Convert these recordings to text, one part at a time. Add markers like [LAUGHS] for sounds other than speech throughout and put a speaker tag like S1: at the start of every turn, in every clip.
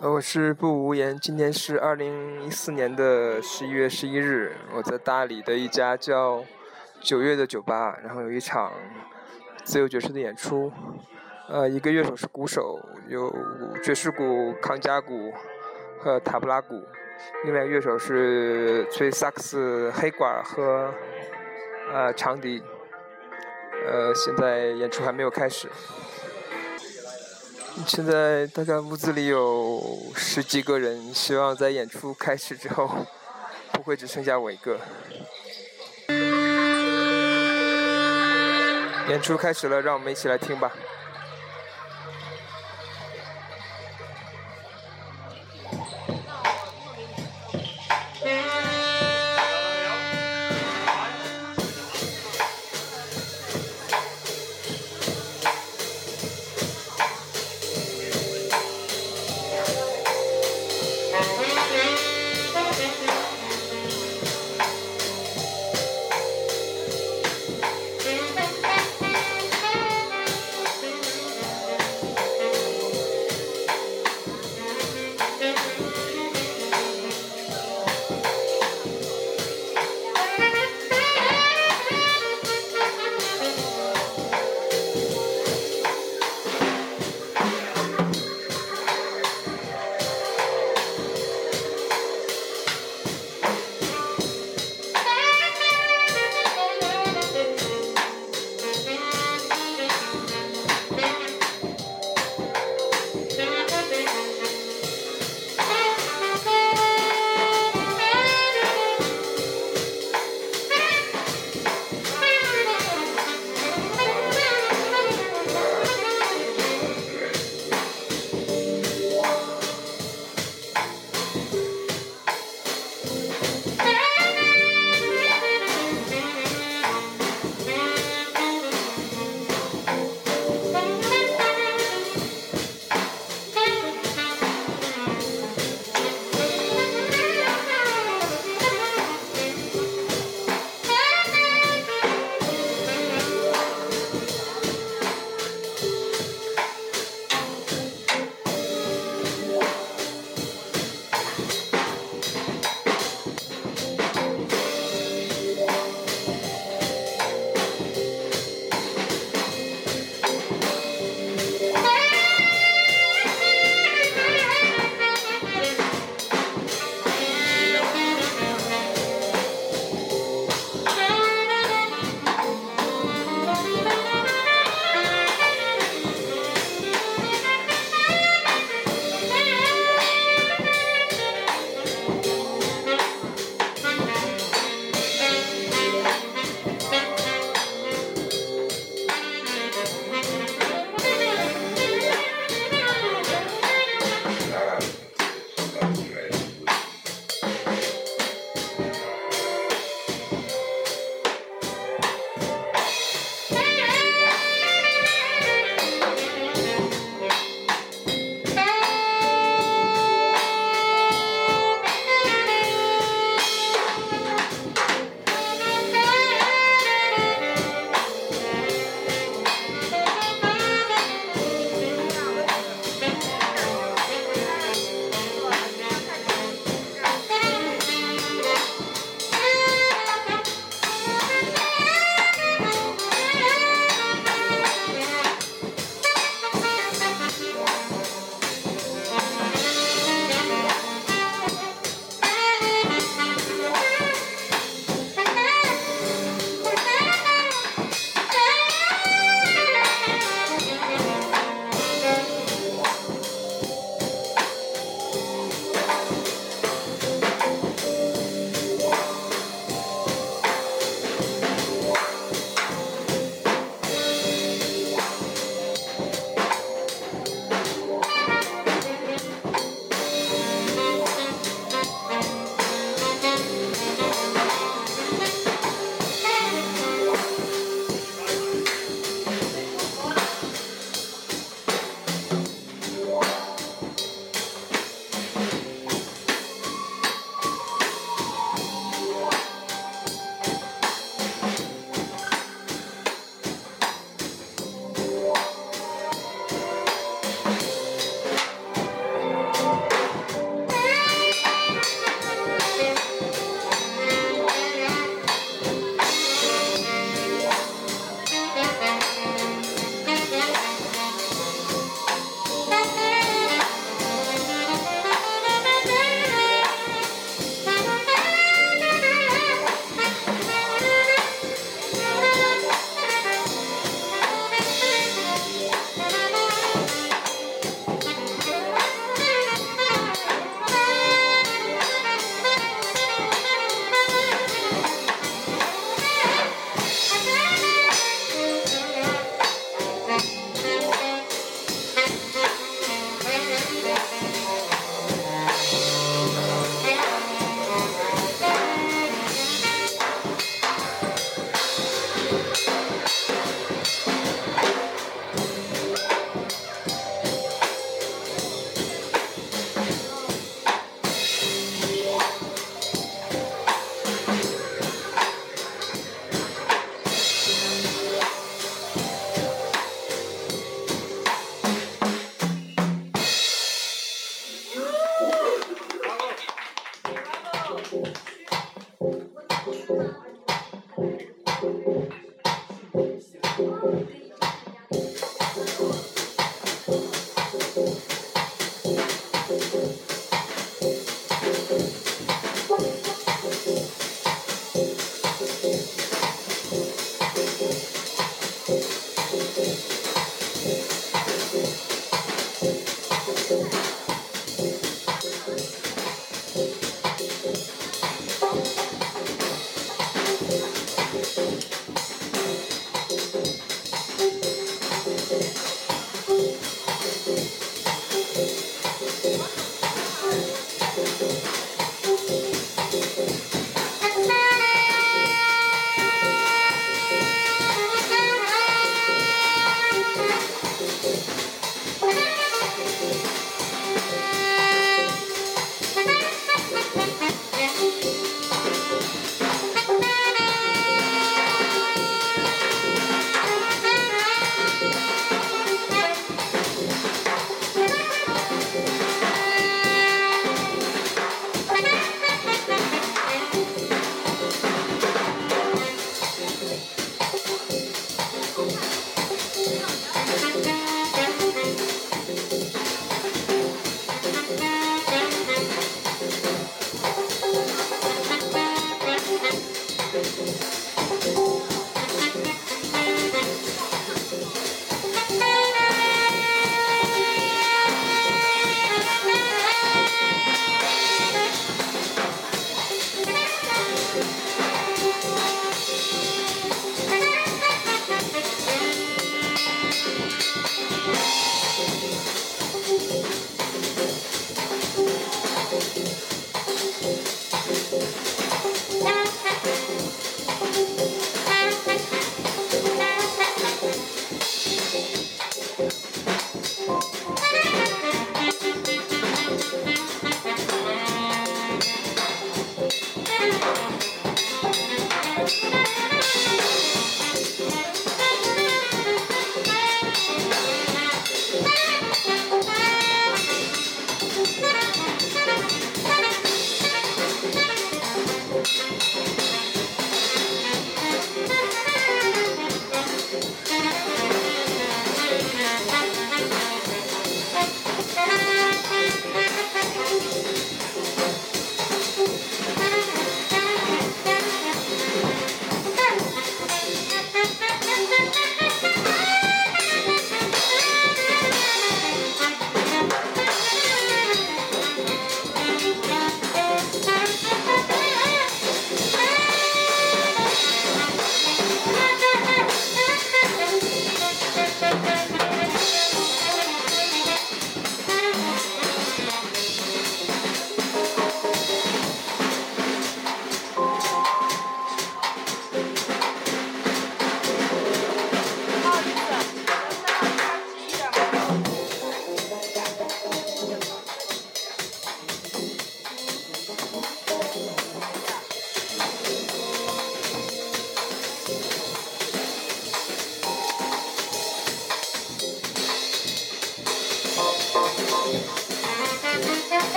S1: 呃，我是不无言。今年是二零一四年的十一月十一日，我在大理的一家叫“九月”的酒吧，然后有一场自由爵士的演出。呃，一个乐手是鼓手，有爵士鼓、康佳鼓和塔布拉鼓；另外一个乐手是吹萨克斯、黑管和呃长笛。呃，现在演出还没有开始。 [LAUGHS] 现在大概屋子里有十几个人，希望在演出开始之后不会只剩下我一个。演出开始了，让我们一起来听吧。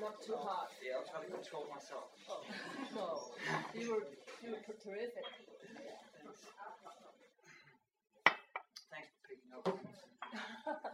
S2: Not too hot.
S1: Yeah, I'll try to control myself.
S2: Oh, no. You were, you were terrific.
S1: Thanks for picking up.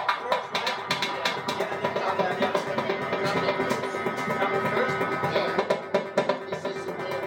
S2: Yeah. This is a good.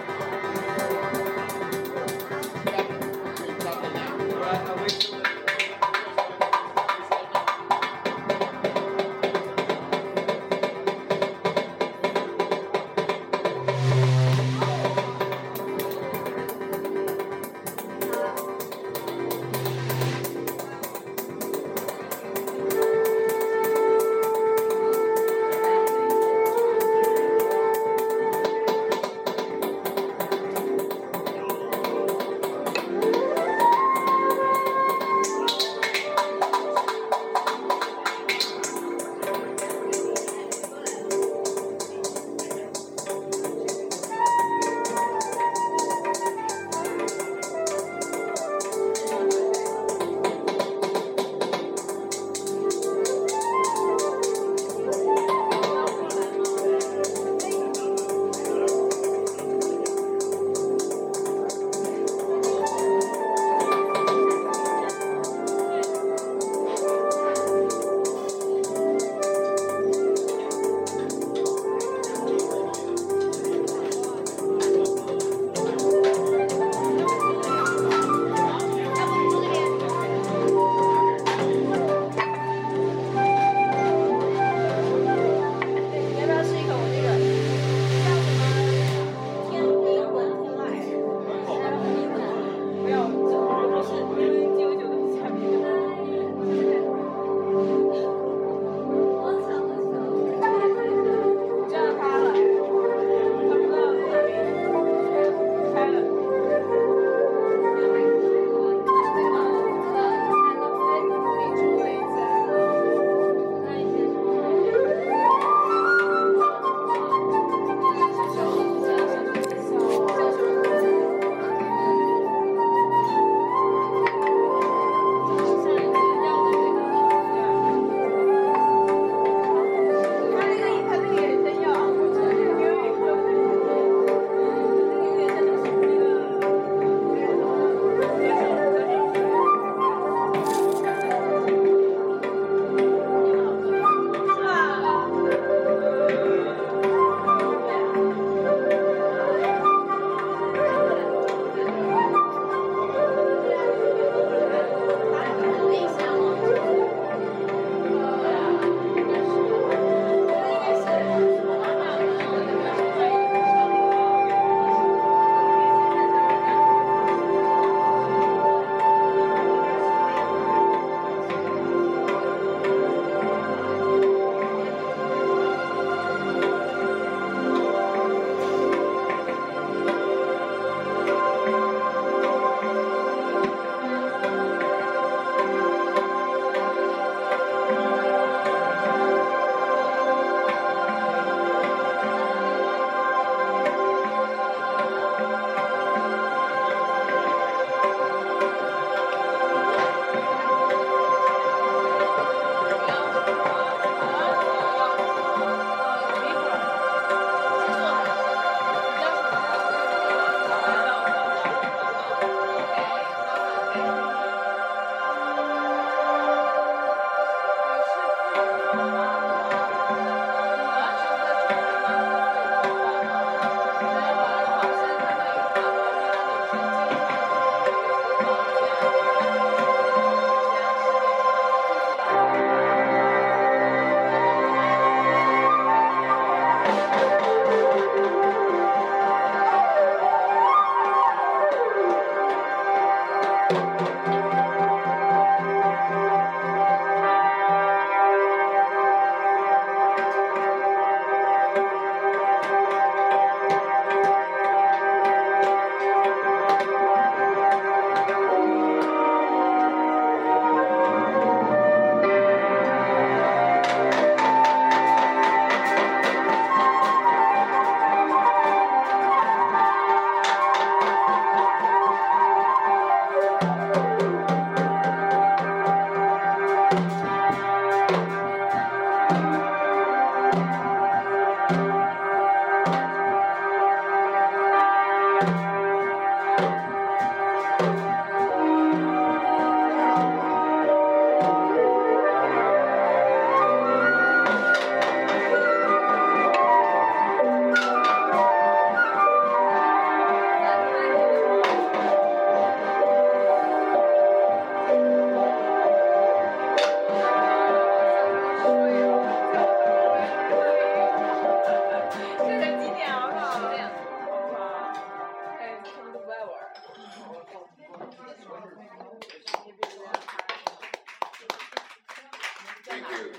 S3: Thank you.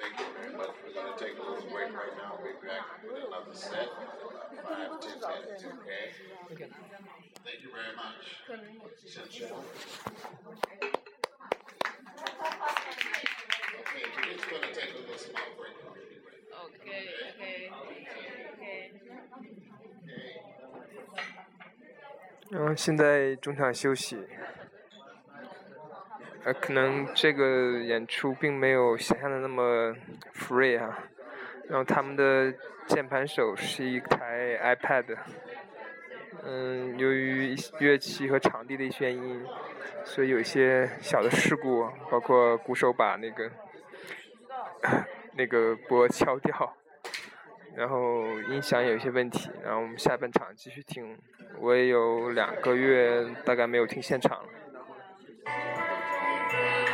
S3: Thank you very much. We're gonna take a little break right now. We'll be back with another set. about Five, ten minutes, okay? Thank you very much. Since you want. Okay, we're just gonna take a little small break.
S2: Okay, okay, okay.
S1: 然后现在中场休息，呃，可能这个演出并没有想象的那么 free 啊。然后他们的键盘手是一台 iPad，嗯，由于一些乐器和场地的一些原因，所以有一些小的事故，包括鼓手把那个 [LAUGHS] 那个波敲掉。然后音响有一些问题，然后我们下半场继续听。我也有两个月大概没有听现场了。